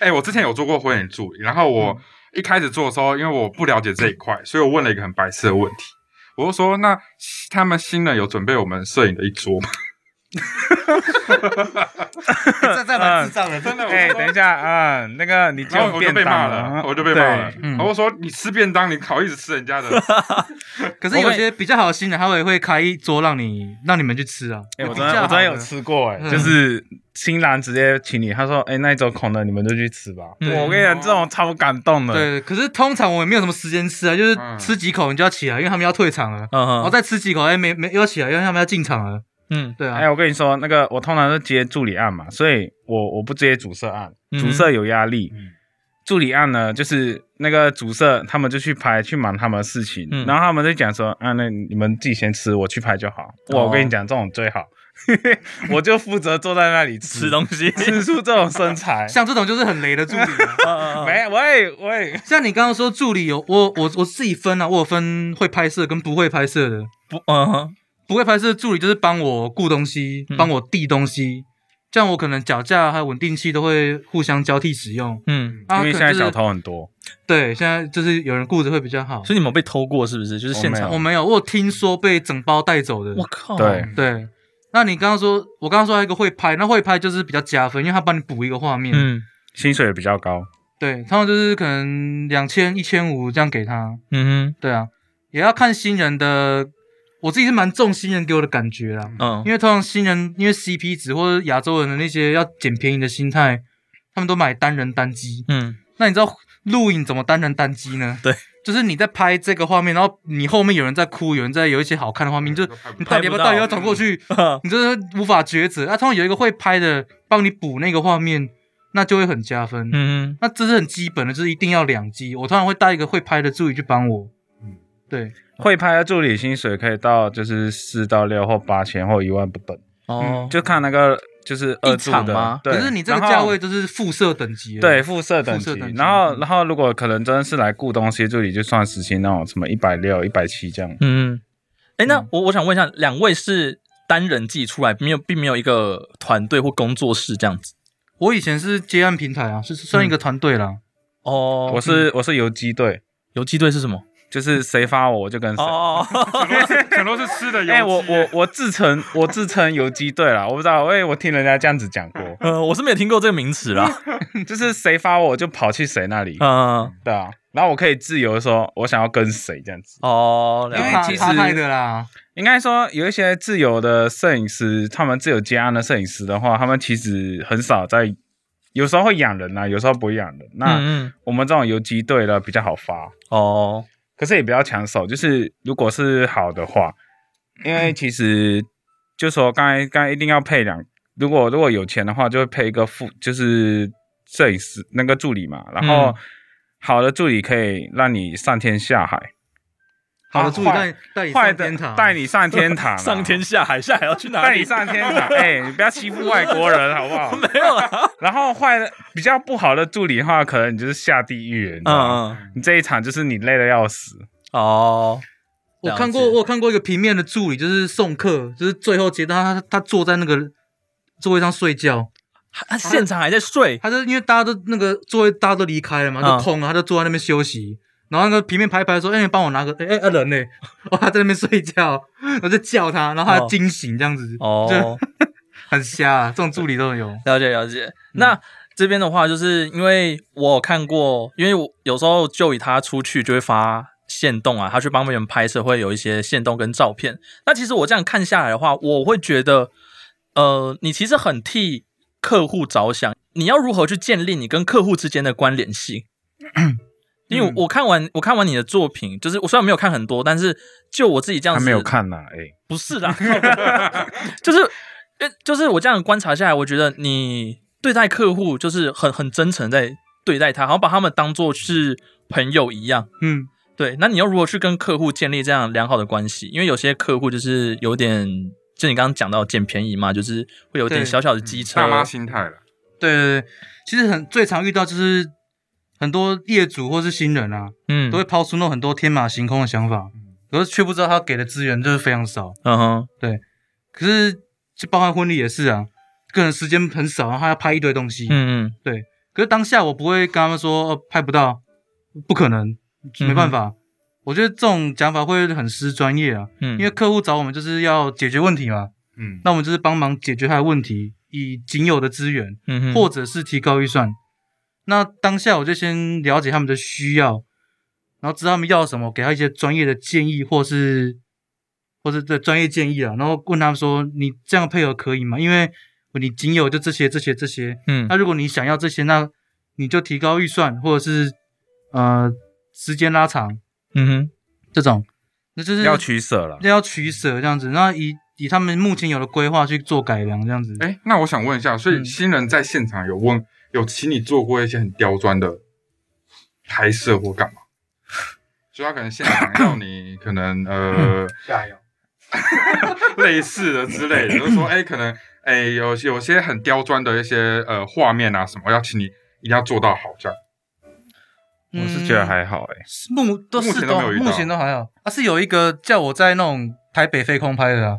Speaker 4: 哎，我之前有做过婚礼助理，然后我一开始做的时候，因为我不了解这一块，所以我问了一个很白痴的问题，我就说：“那他们新人有准备我们摄影的一桌吗
Speaker 5: 这这蛮智障的，真的。
Speaker 6: 哎、等一下啊、那个你？”就
Speaker 4: 然后我就被
Speaker 6: 啊
Speaker 4: 骂了，我就被骂了。
Speaker 5: 嗯
Speaker 4: 然后我说：“你吃便当，你好意思吃人家 的？
Speaker 5: 可是有些比较好的新人，他也会开一桌让你让你们去吃啊。
Speaker 6: 哎、我
Speaker 5: 比
Speaker 6: 真
Speaker 5: 较
Speaker 6: 的我
Speaker 5: 好
Speaker 6: 真的有
Speaker 5: 的
Speaker 6: 吃过哎、
Speaker 5: 嗯
Speaker 6: 就是新郎直接请你，他说哎、那一周空的你们就去吃吧。
Speaker 2: 嗯
Speaker 6: 我跟你讲，这种超感动的。，
Speaker 5: 对，可是通常我也没有什么时间吃啊，就是
Speaker 4: 嗯
Speaker 5: 吃几口你就要起来，因为他们要退场了。
Speaker 2: 嗯
Speaker 5: 然后
Speaker 2: 哼，
Speaker 5: 再吃几口，哎，没没又要起来，因为他们要进场了。
Speaker 2: 嗯
Speaker 5: 对
Speaker 6: 哎、
Speaker 5: 啊，
Speaker 6: 我跟你说，那个我通常都接助理案嘛，所以我我不接主色案，
Speaker 2: 嗯
Speaker 6: 主色有压力。
Speaker 4: 嗯
Speaker 6: 助理案呢，就是那个主色他们就去拍去忙他们的事情，
Speaker 2: 嗯
Speaker 6: 然后他们就讲说啊，那你们自己先吃，我去拍就好。哇，
Speaker 2: 哦
Speaker 6: 我跟你讲，这种最好， 我就负责坐在那里吃
Speaker 2: 吃东西，
Speaker 6: 吃出这种身 材。
Speaker 5: 像这种就是很雷的助理 啊。
Speaker 2: 没
Speaker 6: 没，喂喂，
Speaker 5: 像你刚刚说助理有我我我自己分啊，我有分会拍摄跟不会拍摄的。
Speaker 2: 不，嗯哼，
Speaker 5: 不会拍摄的助理就是帮我顾东西
Speaker 2: 嗯，
Speaker 5: 帮我递东西，这样我可能脚架还有稳定器都会互相交替使用。
Speaker 2: 嗯，
Speaker 5: 啊
Speaker 6: 因为
Speaker 5: 可
Speaker 6: 现
Speaker 5: 能
Speaker 6: 在
Speaker 5: 就是
Speaker 6: 小偷很多，
Speaker 5: 对，现在就是有人顾着会比较好。
Speaker 2: 所以你们有被偷过是不是？就是现
Speaker 6: 我没
Speaker 2: 场
Speaker 6: 有
Speaker 2: 哦
Speaker 5: 我，没有，我有听说被整包带走的。
Speaker 2: 我靠，
Speaker 6: 对，
Speaker 5: 对，那你刚刚说，我刚刚说还有一个会拍，那会拍就是比较加分，因为他帮你补一个画面。
Speaker 2: 嗯
Speaker 6: 薪水也比较高，
Speaker 5: 对，他们就是可能两千、一千五这样给他。
Speaker 2: 嗯
Speaker 5: 对啊，也要看新人的，我自己是蛮重新人给我的感觉啦。
Speaker 2: 哼，嗯，
Speaker 5: 因为通常新人因为 CP 值或者亚洲人的那些要捡便宜的心态，他们都买单人单机。
Speaker 2: 嗯
Speaker 5: 那你知道录影怎么单人单机呢？
Speaker 2: 对，
Speaker 5: 就是你在拍这个画面，然后你后面有人在哭，有人在有一些好看的画面，就你到底要
Speaker 2: 拍不
Speaker 5: 不要
Speaker 2: 到
Speaker 5: 到底要转过去，你真的无法抉择。那、啊通常有一个会拍的帮你补那个画面，那就会很加分。
Speaker 2: 嗯
Speaker 5: 那这是很基本的，就是一定要两机。我通常会带一个会拍的助理去帮我。嗯
Speaker 4: 嗯，
Speaker 5: 对，
Speaker 6: 会拍的助理薪水可以到就是四到六或八千或一万不等，
Speaker 2: 哼，哦，
Speaker 6: 嗯就看那个就是二助
Speaker 2: 一场
Speaker 6: 的
Speaker 2: 吗。
Speaker 6: 对
Speaker 5: 可是你这个
Speaker 6: 然后
Speaker 5: 价位就是副色等级了。
Speaker 6: 对，副社等级
Speaker 5: 副社等，级
Speaker 6: 然后
Speaker 5: 嗯
Speaker 6: 然后如果可能真的是来雇东西助理，就算时薪那种什么一百六、一百七这样。
Speaker 2: 嗯，哎，那我我想问一下，两位是单人寄出来，没有，并没有一个团队或工作室这样子。
Speaker 5: 我以前是接案平台啊，是算一个团队啦。
Speaker 2: 哦
Speaker 6: 我是我是游击队，
Speaker 2: 游击队是什么？
Speaker 6: 就是谁发我我就跟 谁。
Speaker 2: 哦，
Speaker 4: 全都是吃的油。
Speaker 6: 哎、我我我自称我自称游击队啦，我不知道，哎、我听人家这样子讲 过，
Speaker 2: 呃，我是没有听过这个名词啦。
Speaker 6: 就是谁发我我就跑去谁那里，
Speaker 2: 嗯，
Speaker 6: 对啊，然后我可以自由地说我想要跟谁这样子。
Speaker 2: 哦，了
Speaker 5: 因为
Speaker 2: 解
Speaker 6: 其实
Speaker 5: 他拍的啦，
Speaker 6: 应该说有一些自由的摄影师，他们自由接案的摄影师的话，他们其实很少在，有时候会养人啊，有时候不会养人。那、
Speaker 2: 嗯嗯，
Speaker 6: 我们这种游击队的比较好发，
Speaker 2: 哦，
Speaker 6: 可是也不要抢手。就是如果是好的话，因为其实就说刚才刚才一定要配两，如果如果有钱的话，就会配一个副，就是摄影师那个助理嘛。然后
Speaker 2: 嗯
Speaker 6: 好的助理可以让你上天下海，
Speaker 5: 好的助理
Speaker 6: 坏
Speaker 5: 带带你
Speaker 6: 坏
Speaker 5: 上
Speaker 6: 的
Speaker 5: 天堂，
Speaker 6: 带你上天堂 啊，
Speaker 2: 上天下海，下海要去哪
Speaker 6: 带你
Speaker 2: 里？
Speaker 6: 上天 堂，哎、你不要欺负外国人好不 好？
Speaker 2: 没有啦。
Speaker 6: 然后坏的比较不好的助理的话，可能你就是下地狱了，你知道吗？
Speaker 2: 嗯嗯，
Speaker 6: 你这一场就是你累的要死，
Speaker 2: 哦，
Speaker 5: 我
Speaker 2: 了
Speaker 5: 看
Speaker 2: 解
Speaker 5: 过，我有看过一个平面的助理，就是送客，就是最后接到他，他他坐在那个座位上睡觉，
Speaker 6: 啊
Speaker 2: 他啊现场还在睡。
Speaker 5: 他就因为大家都那个座位大家都离开了嘛，
Speaker 2: 嗯
Speaker 5: 就空了，他就坐在那边休息。然后那个平面拍一拍说：“哎、你帮我拿个，哎、哎、啊人呢、 哦，他在那边睡觉，我就叫他，然后他
Speaker 2: 哦
Speaker 5: 惊醒这样子，就
Speaker 2: 哦，
Speaker 5: 很瞎、啊。这种助理都有，
Speaker 2: 了解了
Speaker 6: 嗯
Speaker 2: 解。那这边的话，就是因为我有看过，因为我有时候就以他出去就会发线动啊，他去帮别人拍摄会有一些线动跟照片。那其实我这样看下来的话，我会觉得，呃，你其实很替客户着想，你要如何去建立你跟客户之间的关联性？ 因为我
Speaker 6: 嗯
Speaker 2: 我看完我看完你的作品，就是我虽然没有看很多，但是就我自己这样
Speaker 6: 他
Speaker 2: 子
Speaker 6: 没有看呐、哎、
Speaker 2: 不是啦，就是呃就是我这样观察下来，我觉得你对待客户就是很很真诚在对待他，然后把他们当做是朋友一样。
Speaker 5: 嗯，
Speaker 2: 对，那你要如何去跟客户建立这样良好的关系？因为有些客户就是有点，就你刚刚讲到捡便宜嘛，就是会有点
Speaker 5: 对嗯
Speaker 2: 小小的机车。
Speaker 4: 大妈心态了，
Speaker 5: 对对对，其实很最常遇到就是很多业主或是新人啊，
Speaker 2: 嗯
Speaker 5: 都会抛出那种很多天马行空的想法，可是却不知道他给的资源就是非常少。
Speaker 2: 嗯哼，
Speaker 5: 可是就包含婚礼也是啊，个人时间很少，然后他要拍一堆东西。
Speaker 2: 嗯
Speaker 5: 可是当下我不会跟他们说、哦、拍不到，不可能，没办法。我觉得这种讲法会很失专业啊，
Speaker 2: 嗯，
Speaker 5: 因为客户找我们就是要解决问题嘛，
Speaker 4: 嗯，
Speaker 5: 那我们就是帮忙解决他的问题，以仅有的资源
Speaker 2: 嗯哼
Speaker 5: 或者是提高预算。那当下我就先了解他们的需要，然后知道他们要什么，给他一些专业的建议，或是或是对专业建议啊，然后问他们说：“你这样配合可以吗？因为你仅有就这些、这些、这些。
Speaker 2: 嗯
Speaker 5: 那如果你想要这些，那你就提高预算，或者是呃时间拉长
Speaker 2: 嗯哼
Speaker 5: 这种，那就是
Speaker 6: 要取舍了。
Speaker 5: 要取舍这样子。那以以他们目前有的规划去做改良这样子。
Speaker 4: 哎，那我想问一下，所以
Speaker 5: 嗯
Speaker 4: 新人在现场有问，有请你做过一些很刁钻的拍摄或干嘛？就他可能现场要你可能呃
Speaker 1: 下药。
Speaker 4: 类似的之类的，就是说哎，可能哎有有些很刁钻的一些呃画面啊什么，要请你一定要做到好这样。
Speaker 6: 我是觉得还好、哎、
Speaker 5: 目都
Speaker 4: 目
Speaker 5: 是
Speaker 4: 前都没有遇到
Speaker 5: 目前都还好。啊，是有一个叫我在那种台北飞空拍的、啊，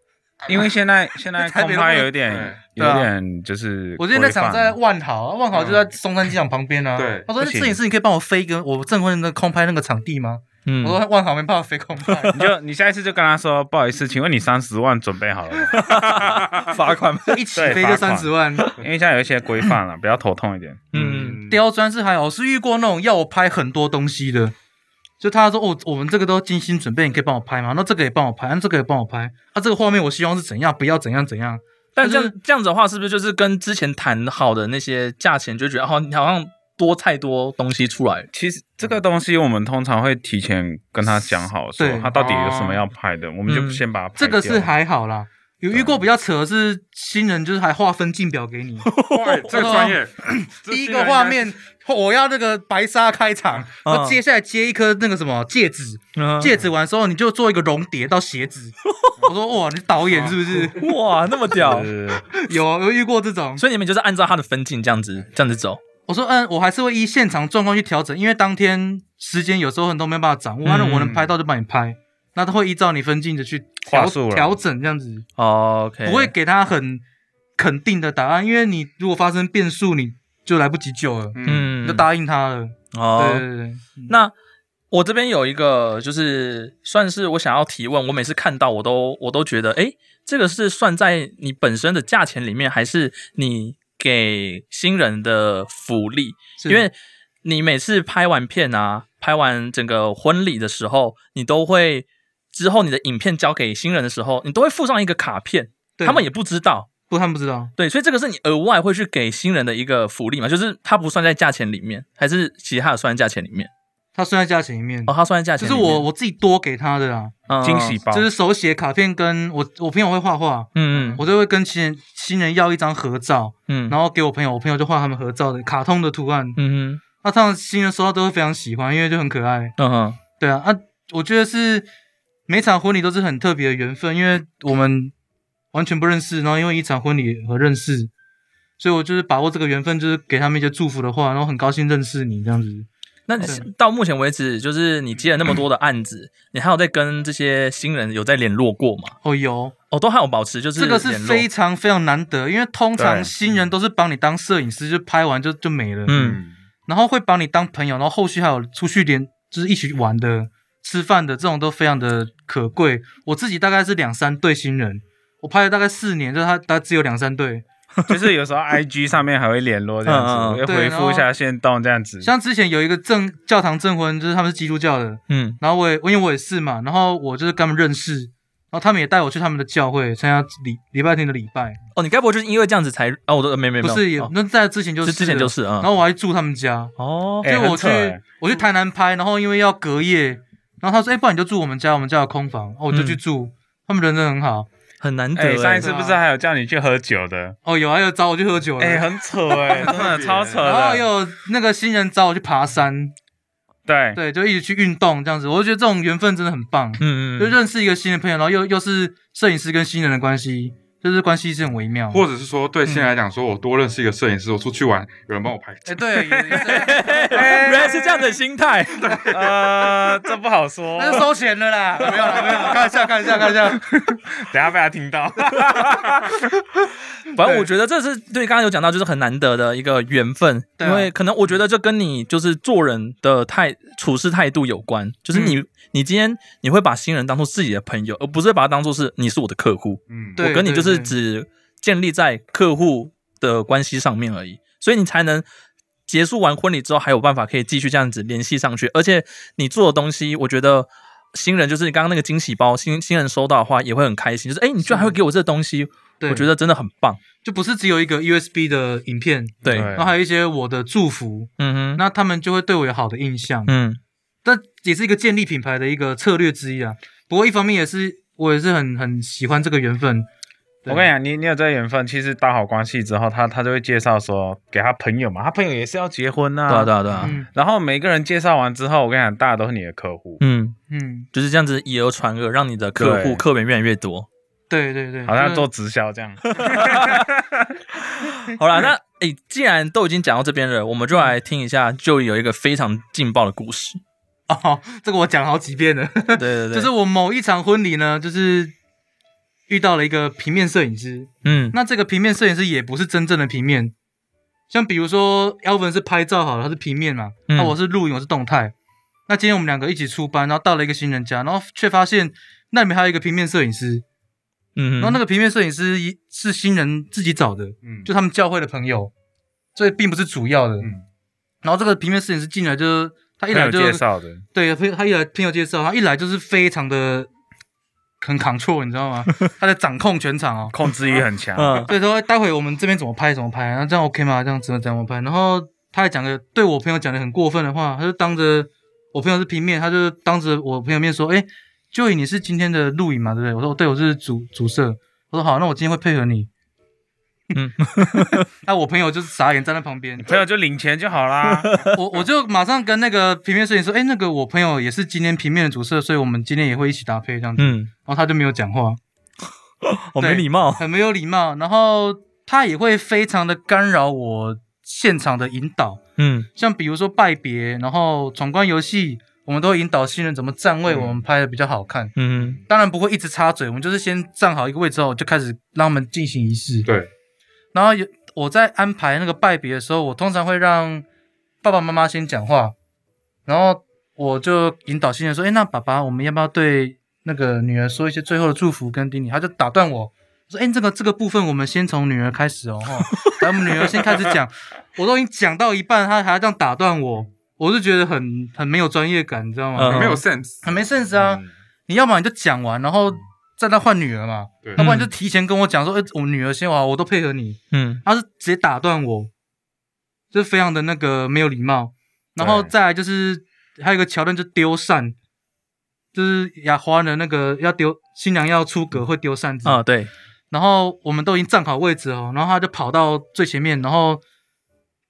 Speaker 6: 因为现在现在
Speaker 5: 台
Speaker 6: 空
Speaker 5: 北
Speaker 6: 拍
Speaker 5: 都
Speaker 6: 有点
Speaker 5: 对
Speaker 6: 有
Speaker 5: 啊
Speaker 6: 点就是，
Speaker 5: 我记得那场在，万豪，啊万豪就在松山机场旁边啊。
Speaker 4: 嗯对
Speaker 5: 他说：“那
Speaker 6: 不行
Speaker 5: 摄影师，你可以帮我飞一个我证婚的空拍那个场地吗？”
Speaker 2: 嗯
Speaker 5: 我说万好没办法飞空 拍，
Speaker 6: 你就你下一次就跟他说，不好意思，请问你三十万准备好了 吗？
Speaker 2: 罚款，
Speaker 5: 一起飞就
Speaker 6: 对罚款
Speaker 5: 三十万。
Speaker 4: 嗯
Speaker 6: 因为现在有一些规范了，比较头痛一点。
Speaker 2: 嗯，
Speaker 5: 刁钻是还好，我是遇过那种要我拍很多东西的，就他说哦，我们这个都精心准备，你可以帮我拍吗？那这个也帮我拍，那这个也帮我拍，啊，这个画面我希望是怎样，不要怎样怎样。
Speaker 2: 但这
Speaker 5: 就
Speaker 2: 样这样子的话，是不是就是跟之前谈好的那些价钱，就觉得哦，你好像多太多东西出来？
Speaker 6: 其实这个东西我们通常会提前跟他讲好，
Speaker 5: 嗯
Speaker 6: 说
Speaker 5: 对哦
Speaker 6: 他到底有什么要拍的，我们就
Speaker 2: 嗯
Speaker 6: 先把它拍
Speaker 5: 这个
Speaker 6: 掉
Speaker 5: 是还好啦，有遇过比较扯的是新人，就是还划分镜表给你，
Speaker 4: 哇这个专业，这
Speaker 5: 哦第
Speaker 4: 新
Speaker 5: 一
Speaker 4: 人
Speaker 5: 个
Speaker 4: 应该
Speaker 5: 画面我要那个白纱开场，然后接下来接一颗那个什么戒指，
Speaker 2: 嗯
Speaker 5: 戒指完之后你就做一个熔叠到鞋子。我说哇，你导演是不是
Speaker 2: 哇，那么屌！
Speaker 6: 是
Speaker 5: 有有遇过这种？
Speaker 2: 所以你们就是按照他的分镜这样子这样子走，
Speaker 5: 我说嗯，我还是会依现场状况去调整，因为当天时间有时候很多没办法掌握，但是我能拍到就帮你拍，那他会依照你分镜的去调
Speaker 6: 话术啦
Speaker 5: 调整这样子，
Speaker 2: 哦 OK，
Speaker 5: 不会给他很肯定的答案，因为你如果发生变数，你就来不及救了，
Speaker 4: 嗯，
Speaker 2: 嗯
Speaker 5: 你就答应他了。
Speaker 2: 哦
Speaker 5: 对对对，
Speaker 2: 那我这边有一个，就是算是我想要提问，我每次看到我都我都觉得，诶，这个是算在你本身的价钱里面，还是你给新人的福利？
Speaker 5: 是
Speaker 2: 因为你每次拍完片啊，拍完整个婚礼的时候，你都会之后你的影片交给新人的时候，你都会附上一个卡片，
Speaker 5: 对
Speaker 2: 他们也不知道。
Speaker 5: 不，他们不知道。
Speaker 2: 对，所以这个是你额外会去给新人的一个福利嘛，就是它不算在价钱里面，还是其实它有算在价钱里面？
Speaker 5: 他算在价钱里面，
Speaker 2: 哦，它算在价
Speaker 5: 就
Speaker 2: 钱
Speaker 5: 是
Speaker 2: 里面。
Speaker 5: 我我自己多给他的啦，
Speaker 2: 嗯
Speaker 6: 惊喜，包，
Speaker 5: 就是手写卡片跟我我朋友会画画，
Speaker 2: 嗯嗯
Speaker 5: 我就会跟新人新人要一张合照，
Speaker 2: 嗯，
Speaker 5: 然后给我朋友，我朋友就画他们合照的卡通的图案，
Speaker 2: 嗯
Speaker 5: 那他们新人收到都会非常喜欢，因为就很可爱。
Speaker 2: 哼嗯哼
Speaker 5: 对啊，啊，我觉得是每场婚礼都是很特别的缘分，因为我们完全不认识，然后因为一场婚礼而认识，所以我就是把握这个缘分，就是给他们一些祝福的话，然后很高兴认识你这样子。
Speaker 2: 那你到目前为止，就是你接了那么多的案子，你还有在跟这些新人有在联络过吗？
Speaker 5: 哦，有
Speaker 2: 哦，都还有保持就是
Speaker 5: 这个是
Speaker 2: 联络
Speaker 5: 非常非常难得，因为通常
Speaker 6: 对
Speaker 5: 新人都是帮你当摄影师，就拍完就就没了，
Speaker 2: 嗯
Speaker 4: 嗯，
Speaker 5: 然后会把你当朋友，然后后续还有出去连就是一起玩的、吃饭的这种都非常的可贵。我自己大概是两三对新人，我拍了大概四年，就是他他只有两三对。
Speaker 6: 就是有时候 I G 上面还会联络这
Speaker 2: 嗯
Speaker 6: 样
Speaker 2: 嗯
Speaker 6: 子，会
Speaker 5: 对
Speaker 6: 回复一
Speaker 5: 然
Speaker 6: 下
Speaker 5: 后
Speaker 6: 线动这样子。
Speaker 5: 像之前有一个正教堂证婚，就是他们是基督教的，
Speaker 2: 嗯
Speaker 5: 然后我也因为我也是嘛，然后我就是跟他们认识，然后他们也带我去他们的教会参加礼礼拜天的礼拜，
Speaker 2: 哦，你该不会就是因为这样子才哦，我都没没
Speaker 5: 不
Speaker 2: 没有
Speaker 5: 是也、
Speaker 2: 哦
Speaker 5: 那在之前就是是
Speaker 2: 之前
Speaker 5: 了
Speaker 2: 就是
Speaker 5: 然
Speaker 2: 啊
Speaker 5: 后我还住他们家，
Speaker 2: 哦
Speaker 6: 哎
Speaker 5: 就
Speaker 6: 很
Speaker 5: 我去、
Speaker 6: 扯哎
Speaker 5: 我去台南拍，然后因为要隔夜，然后他说哎、不然你就住我们家，我们家有空房，哦我就
Speaker 2: 嗯
Speaker 5: 去住，他们人真的很好，
Speaker 2: 很难得
Speaker 6: 哎，上一
Speaker 2: 哎
Speaker 6: 次不
Speaker 5: 啊
Speaker 6: 是还有叫你去喝酒的？
Speaker 5: 哦有还有找我去喝酒的，
Speaker 6: 哎，很 扯哎，真的超扯
Speaker 5: 然后
Speaker 6: 的。
Speaker 5: 有那个新人找我去爬山，
Speaker 2: 哎
Speaker 6: 对，
Speaker 5: 对，就一起去运动这样子，我就觉得这种缘分真的很棒，
Speaker 2: 嗯嗯
Speaker 5: 就
Speaker 2: 嗯
Speaker 5: 认识一个新的朋友，然后又又是摄影师跟新人的关系，就是关系是很微妙。
Speaker 4: 或者是说
Speaker 5: 嗯
Speaker 4: 对新人来讲，说我多认识一个摄影师，我出去玩有人帮我拍照
Speaker 5: 哎、，对，也也 是哎
Speaker 2: 原来是这样的心态，
Speaker 6: 呃，这不好说，
Speaker 5: 那就收钱了啦，没有了，没有 了，开玩笑，开玩笑，开玩笑。
Speaker 6: 等下被他听到。
Speaker 2: 反正我觉得这是对刚刚有讲到，就是很难得的一个缘分，
Speaker 5: 对啊
Speaker 2: 因为可能我觉得这跟你就是做人的态处事态度有关，就是你、
Speaker 5: 嗯
Speaker 2: 你今天你会把新人当做自己的朋友，而不是把他当做是你是我的客户，
Speaker 4: 嗯，
Speaker 5: 对
Speaker 2: 我跟你就是
Speaker 5: 对对
Speaker 2: 只建立在客户的关系上面而已，所以你才能结束完婚礼之后还有办法可以继续这样子联系上去，而且你做的东西，我觉得。新人就是你刚刚那个惊喜包，新新人收到的话也会很开心，就是哎、你居然还会给我这东西，
Speaker 5: 对，
Speaker 2: 我觉得真的很棒。
Speaker 5: 就不是只有一个 USB 的影片，
Speaker 2: 对，
Speaker 6: 对
Speaker 5: 然后还有一些我的祝福，
Speaker 2: 嗯哼，
Speaker 5: 那他们就会对我有好的印象。
Speaker 2: 嗯
Speaker 5: 但也是一个建立品牌的一个策略之一啊。不过一方面也是我也是很很喜欢这个缘分。 对
Speaker 6: 我跟你讲，你你有这个缘分，其实打好关系之后，他他就会介绍说给他朋友嘛，他朋友也是要结婚呐、
Speaker 2: 对啊对啊对啊，
Speaker 5: 嗯
Speaker 6: 然后每个人介绍完之后，我跟你讲，大家都是你的客户，
Speaker 2: 嗯，
Speaker 5: 嗯，
Speaker 2: 就是这样子以讹传讹，让你的客户
Speaker 6: 对
Speaker 2: 客源越来越多。
Speaker 5: 对对对，
Speaker 6: 好像
Speaker 5: 就是
Speaker 6: 做直销这样。
Speaker 2: 好啦，那诶、既然都已经讲到这边了，我们就来听一下，就有一个非常劲爆的故 事。
Speaker 5: 哦，这个我讲了好几遍了。
Speaker 2: 对对对，
Speaker 5: 就是我某一场婚礼呢，就是遇到了一个平面摄影师。
Speaker 2: 嗯
Speaker 5: 那这个平面摄影师也不是真正的平面，像比如说 Elvin 是拍照好了，他是平面嘛，
Speaker 2: 嗯
Speaker 5: 那、我是录影，我是动态。那今天我们两个一起出班，然后到了一个新人家，然后却发现那里面还有一个平面摄影师，
Speaker 2: 嗯，
Speaker 5: 然后那个平面摄影师一是新人自己找的，
Speaker 4: 嗯，
Speaker 5: 就他们教会的朋友，所以并不是主要的。
Speaker 4: 嗯
Speaker 5: 然后这个平面摄影师进来就是 他一
Speaker 6: 朋
Speaker 5: 来
Speaker 6: 友
Speaker 5: 就
Speaker 6: 介 绍的，
Speaker 5: 对，朋友他一来朋友介绍，他一来就是非常的很 control，你知道吗？他在掌控全场哦。
Speaker 6: 控制欲很强。
Speaker 2: 嗯
Speaker 5: 所以说，待会我们这边怎么拍怎么拍，然后这样 OK 吗？这样怎么怎么拍？然后他还讲个对我朋友讲的很过分的话，他就当着我朋友是平面，他就当着我朋友面说：“哎、就以你是今天的录影嘛，对不对？”我说：“对，我是主主摄。”我说：“好，那我今天会配合你。”
Speaker 2: 嗯
Speaker 5: 嗯， 那我朋友就是傻眼站在旁 边，
Speaker 6: 朋友就领钱就好 啦，
Speaker 5: 我我就马上跟那个平面摄影师说：“哎、那个我朋友也是今天平面的主摄，所以我们今天也会一起搭配这样子。
Speaker 2: 嗯，
Speaker 5: 然后他就没有讲话，
Speaker 2: 我
Speaker 5: 对
Speaker 2: 没礼貌，
Speaker 5: 很没有礼貌，然后他也会非常的干扰我现场的引导，
Speaker 2: 嗯
Speaker 5: 像比如说拜别，然后闯关游戏，我们都会引导新人怎么站位，
Speaker 4: 嗯
Speaker 5: 我们拍的比较好看。
Speaker 2: 嗯
Speaker 5: 当然不会一直插嘴，我们就是先站好一个位置后，就开始让他们进行仪式。
Speaker 4: 对，
Speaker 5: 然后有我在安排那个拜别的时候，我通常会让爸爸妈妈先讲话，然后我就引导新人说：“哎，那爸爸，我们要不要对那个女儿说一些最后的祝福跟叮咛？”他就打断我说：“哎，这个这个部分我们先从女儿开始哦，哈，来，我们女儿先开始讲。我都已经讲到一半，他还要这样打断我，我就觉得很很没有专业感，你知道吗？
Speaker 2: 嗯
Speaker 4: 没有 sense，
Speaker 5: 很没 sense 啊！
Speaker 4: 嗯
Speaker 5: 你要么你就讲完，然后再来换女儿嘛，
Speaker 4: 对
Speaker 5: 要不然就提前跟我讲说，哎，我女儿先玩，我都配合你。”
Speaker 2: 嗯
Speaker 5: 他是直接打断我，就是非常的那个没有礼貌。然后
Speaker 6: 对
Speaker 5: 再来就是还有一个桥段，就丢扇，就是雅华的那个要丢新娘要出阁会丢扇子
Speaker 2: 啊，对，
Speaker 5: 然后我们都已经站好位置哦，然后他就跑到最前面，然后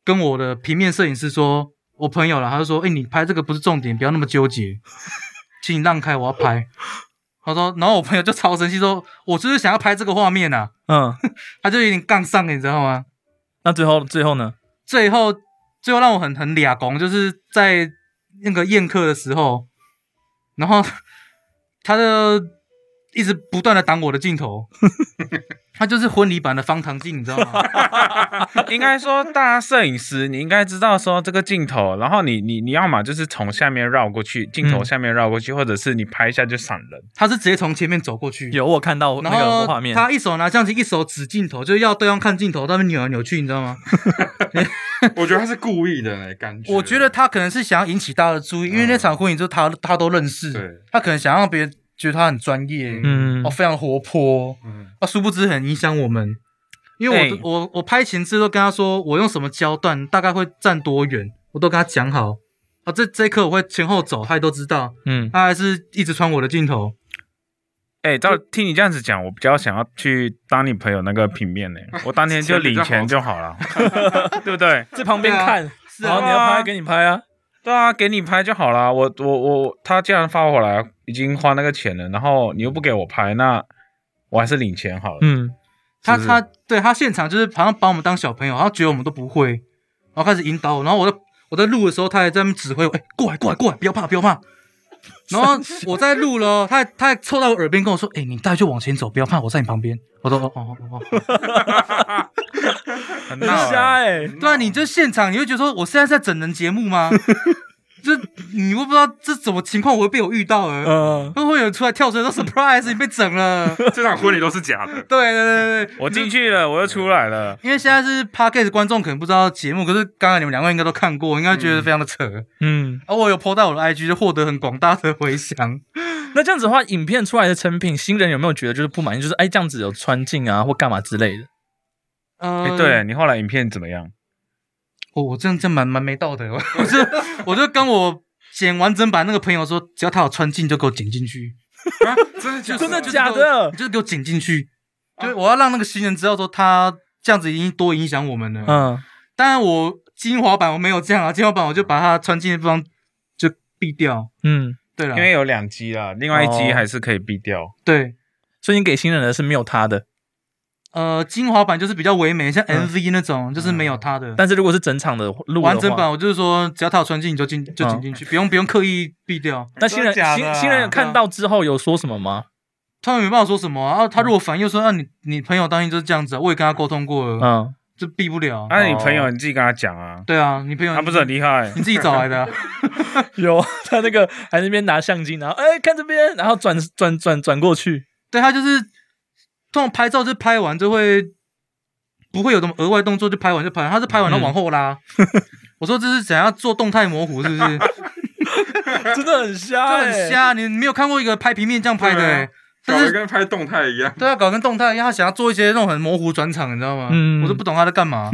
Speaker 5: 跟我的平面摄影师说，我朋友了，他就说，哎、你拍这个不是重点，不要那么纠结， 请你让开，我要拍。他说，然后我朋友就超生气说，我就是想要拍这个画面啊，
Speaker 2: 嗯，
Speaker 5: 他就有点杠上了，你知道吗？
Speaker 2: 那最后最后呢？
Speaker 5: 最后最后让我很很俩拱，就是在那个宴客的时候，然后 他就一直不断的挡我的 镜头，他就是婚礼版的方唐镜，你知道吗？
Speaker 6: 应该说大家摄影师，你应该知道说这个镜头，然后你你你要嘛就是从下面绕过去，镜头
Speaker 2: 嗯
Speaker 6: 下面绕过去，或者是你拍一下就闪人，
Speaker 5: 他是直接从前面走过去，
Speaker 2: 有我看到那
Speaker 5: 然
Speaker 2: 个
Speaker 5: 后
Speaker 2: 画面，
Speaker 5: 他一手拿相机，一手指镜头，就是要对方看镜头，他们扭来扭去，你知道吗？
Speaker 4: 我觉得他是故意的嘞，感觉，
Speaker 5: 我觉得他可能是想要引起大家的注意，
Speaker 2: 嗯
Speaker 5: 因为那场婚礼就是他他都认识，
Speaker 4: 对，
Speaker 5: 他可能想让别人觉得他很专业，
Speaker 2: 嗯
Speaker 5: 哦，非常活泼，
Speaker 4: 嗯，
Speaker 5: 啊，殊不知很影响我们，因为我、
Speaker 6: 对
Speaker 5: 我我拍前置都跟他说我用什么焦段，大概会站多远，我都跟他讲好。啊，这这一刻我会前后走，他也都知道，
Speaker 2: 嗯
Speaker 5: 他还是一直穿我的镜头。
Speaker 6: 哎、照听你这样子讲，我比较想要去当你朋友那个平面呢、我当天就领钱就 好了，对不对？
Speaker 2: 在旁边看，
Speaker 5: 是
Speaker 2: 然后
Speaker 5: 啊，
Speaker 2: 你要拍给你拍啊，
Speaker 6: 对啊，给你拍就好了。我我我，他既然发我来，已经花那个钱了，然后你又不给我拍，那我还是领钱好了。
Speaker 2: 嗯
Speaker 5: 他
Speaker 6: 是不是
Speaker 5: 他对他现场就是好像把我们当小朋友，然后觉得我们都不会，然后开始引导我，然后我在我在录的时候，他还在那边指挥我，哎、过来过来过来，不要怕不要怕。然后我在录了哦，他还他还凑到我耳边跟我说，哎、你大概就往前走，不要怕，我在你旁边。我说哦哦哦哦，
Speaker 6: 很
Speaker 2: 很
Speaker 6: 闹欸
Speaker 2: 瞎哎，
Speaker 5: 对啊，你就现场你会觉得说，我现在是在整人节目 吗？这你又不知道这什么情况，我会被我遇到了，
Speaker 2: 嗯，
Speaker 5: 会不会有人出来跳出来说 surprise 你被整 了？对
Speaker 4: 这场婚礼都是 假的，
Speaker 5: 对对对对，
Speaker 6: 我进去了，我又出来了。
Speaker 5: 因为现在是 podcast 观众可能不知道节目，可是刚刚你们两位应该都看过，应该觉得非常的扯。
Speaker 2: 嗯，
Speaker 5: 而我有 po 到我的 IG，就获得很广大的回响。
Speaker 2: 那这样子的话，影片出来的成品，新人有没有觉得就是不满意？就是哎，这样子有穿进啊，或干嘛之类的？
Speaker 5: 呃
Speaker 6: 哎、对你后来影片怎么样？
Speaker 5: 我我这样这样蛮蛮没道德， 我就我就跟我剪完整版那个朋友说，只要他有穿进就给我剪进去。
Speaker 4: 啊真的假的
Speaker 2: 真的
Speaker 5: 就是
Speaker 2: 假
Speaker 5: 给我
Speaker 2: 的哦
Speaker 5: 你就是给我剪进去，就是我要让那个新人知道说他这样子已经多影响我们了。
Speaker 2: 嗯
Speaker 5: 当然我精华版我没有这样啊，精华版我就把他穿进的地方就毙掉。
Speaker 2: 嗯，
Speaker 5: 对了
Speaker 6: 因，为有两机啦，另外一机还是可以避掉。
Speaker 5: 对，
Speaker 2: 所以你给新人的是没有他的，
Speaker 5: 呃，精华版就是比较唯美，像
Speaker 2: 嗯
Speaker 5: MV 那种，就是没有他的。
Speaker 2: 但是如果是整场的录的话嗯
Speaker 5: 完整版，我就是说，只要他有穿进，你就进就剪进去，不用不用刻意避掉。
Speaker 2: 那新人
Speaker 6: 真的假的
Speaker 2: 新
Speaker 6: 啊
Speaker 2: 新人有看到之后有说什么吗？
Speaker 5: 他们没办法说什么啊。啊他如果反应说，啊，你你朋友当心就是这样子啊，我也跟他沟通过了，
Speaker 2: 嗯
Speaker 5: 这避不了。哦
Speaker 6: 那、啊你朋友你自己跟他讲啊，
Speaker 5: 对啊，你朋友
Speaker 6: 他不是很厉害？
Speaker 5: 你自己找来的啊、
Speaker 2: 有他那个还那边拿相机，然后哎、看这边，然后转转转转过去，
Speaker 5: 对他就是通常拍照就拍完就会不会有什么额外动作，就拍完就拍完，他是拍完
Speaker 2: 嗯
Speaker 5: 然后往后拉。 我说这是怎样做动态模糊，是不是？这
Speaker 2: 真的很瞎、欸，
Speaker 5: 很。瞎，你没有看过一个拍平面这样拍的、欸，
Speaker 4: 搞
Speaker 5: 但
Speaker 4: 得
Speaker 5: 是
Speaker 4: 跟拍动态一样。
Speaker 5: 对啊，搞跟动态一样，他想要做一些那种很模糊转场，你知道吗？
Speaker 2: 嗯
Speaker 5: 我都不懂他在干嘛。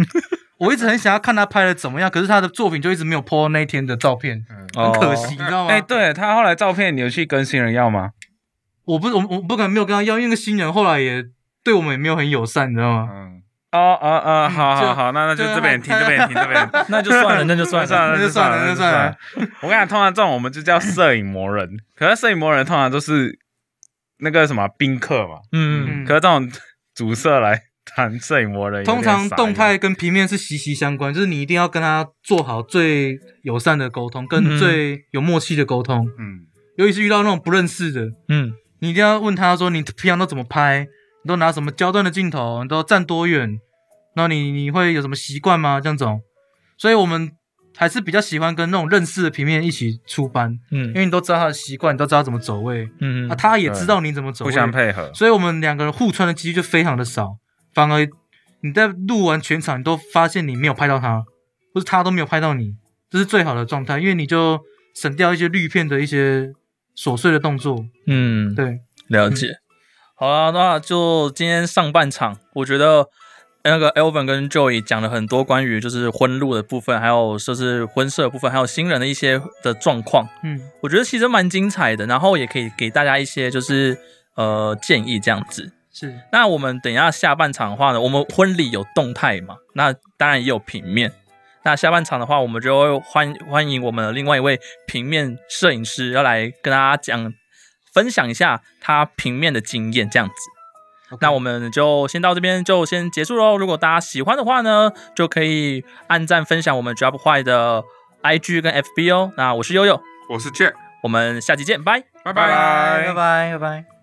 Speaker 5: 我一直很想要看他拍的怎么样，可是他的作品就一直没有 po 那一天的照片，
Speaker 2: 哦
Speaker 5: 很可惜，你知道吗？
Speaker 6: 哎、对他后来照片你有去跟新人要吗？
Speaker 5: 我不，我我不可能没有跟他要，因为那个新人后来也对我们也没有很友善，你知道吗？
Speaker 4: 嗯，
Speaker 6: 哦哦哦，好
Speaker 5: 就
Speaker 6: 好好，那那就
Speaker 5: 对啊
Speaker 6: 这边停，这边停，这边停
Speaker 2: 那就算 了，那就算 了，
Speaker 6: 那算了，
Speaker 5: 那就算了
Speaker 6: 那
Speaker 5: 那就算了。
Speaker 6: 我跟你讲，通常这种我们就叫摄影魔人，可是摄影魔人通常都是那个什么宾客嘛，
Speaker 2: 嗯，
Speaker 5: 嗯
Speaker 6: 可是这种 主色来谈摄影魔人，
Speaker 5: 通常动态。跟平面是息息相关，就是你一定要跟他做好最友善的沟通，
Speaker 2: 嗯
Speaker 5: 跟最有默契的沟通。
Speaker 4: 嗯，
Speaker 5: 尤其是遇到那种不认识的，
Speaker 2: 嗯，
Speaker 5: 你一定要问他说你平常都怎么拍，你都拿什么焦段的镜头，你都站多远，然后你你会有什么习惯吗？这种，所以我们还是比较喜欢跟那种认识的平面一起出班，
Speaker 2: 嗯
Speaker 5: 因，为你都知道他的习惯，你都知道怎么走位，
Speaker 2: 嗯，
Speaker 5: 啊，他也
Speaker 6: 对
Speaker 5: 知道你怎么走
Speaker 6: 互
Speaker 5: 位，
Speaker 6: 相配合，
Speaker 5: 所以我们两个人互穿的几率就非常的少，反而你在录完全场，你都发现你没有拍到他，或是他都没有拍到你，这是最好的状态，因为你就省掉一些滤片的一些琐碎的动作。
Speaker 2: 嗯，
Speaker 5: 对，
Speaker 2: 了解。好啦，那就今天上半场，我觉得那个 Elvin 跟 Joey 讲了很多关于就是婚路的部分，还有就是婚摄的部分，还有新人的一些的状况，
Speaker 5: 嗯，
Speaker 2: 我觉得其实蛮精彩的。然后也可以给大家一些就是呃建议这样子。
Speaker 5: 是，
Speaker 2: 那我们等一下下半场的话呢，我们婚礼有动态嘛？那当然也有平面。那下半场的话，我们就会欢欢迎我们的另外一位平面摄影师，要来跟大家讲分享一下他平面的经验，这样子。那我们就先到这边就先结束喽。如果大家喜欢的话呢，就可以按赞分享我们 Drop 坏的 IG 跟 FB 哦。那我是悠悠，
Speaker 4: 我是 Jack，
Speaker 2: 我们下期见，拜。
Speaker 4: 拜
Speaker 5: 拜拜拜拜。